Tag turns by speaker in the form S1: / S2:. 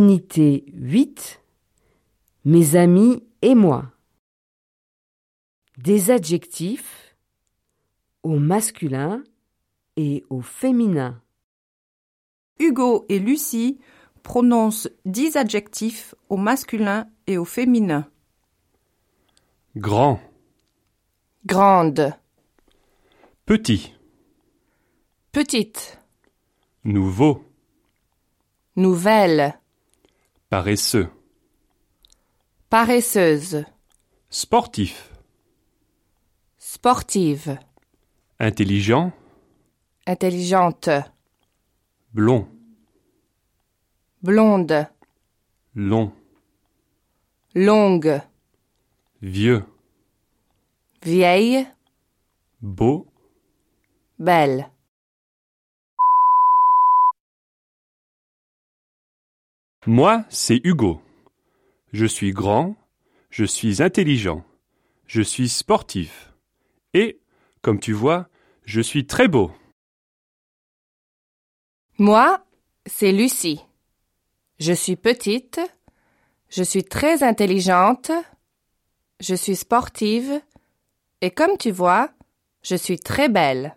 S1: Unité 8 Mes amis et moi. Des adjectifs au masculin et au féminin.
S2: Hugo et Lucie prononcent dix adjectifs au masculin et au féminin.
S3: Grand,
S4: grande,
S3: petit,
S4: petite,
S3: nouveau,
S4: nouvelle,
S3: paresseux,
S4: paresseuse,
S3: sportif,
S4: sportive,
S3: intelligent,
S4: intelligente,
S3: blond,
S4: blonde,
S3: long,
S4: longue,
S3: vieux,
S4: vieille,
S3: beau,
S4: belle.
S3: Moi, c'est Hugo. Je suis grand, je suis intelligent, je suis sportif. Et, comme tu vois, je suis très beau.
S4: Moi, c'est Lucie. Je suis petite, je suis très intelligente, je suis sportive et comme tu vois, je suis très belle.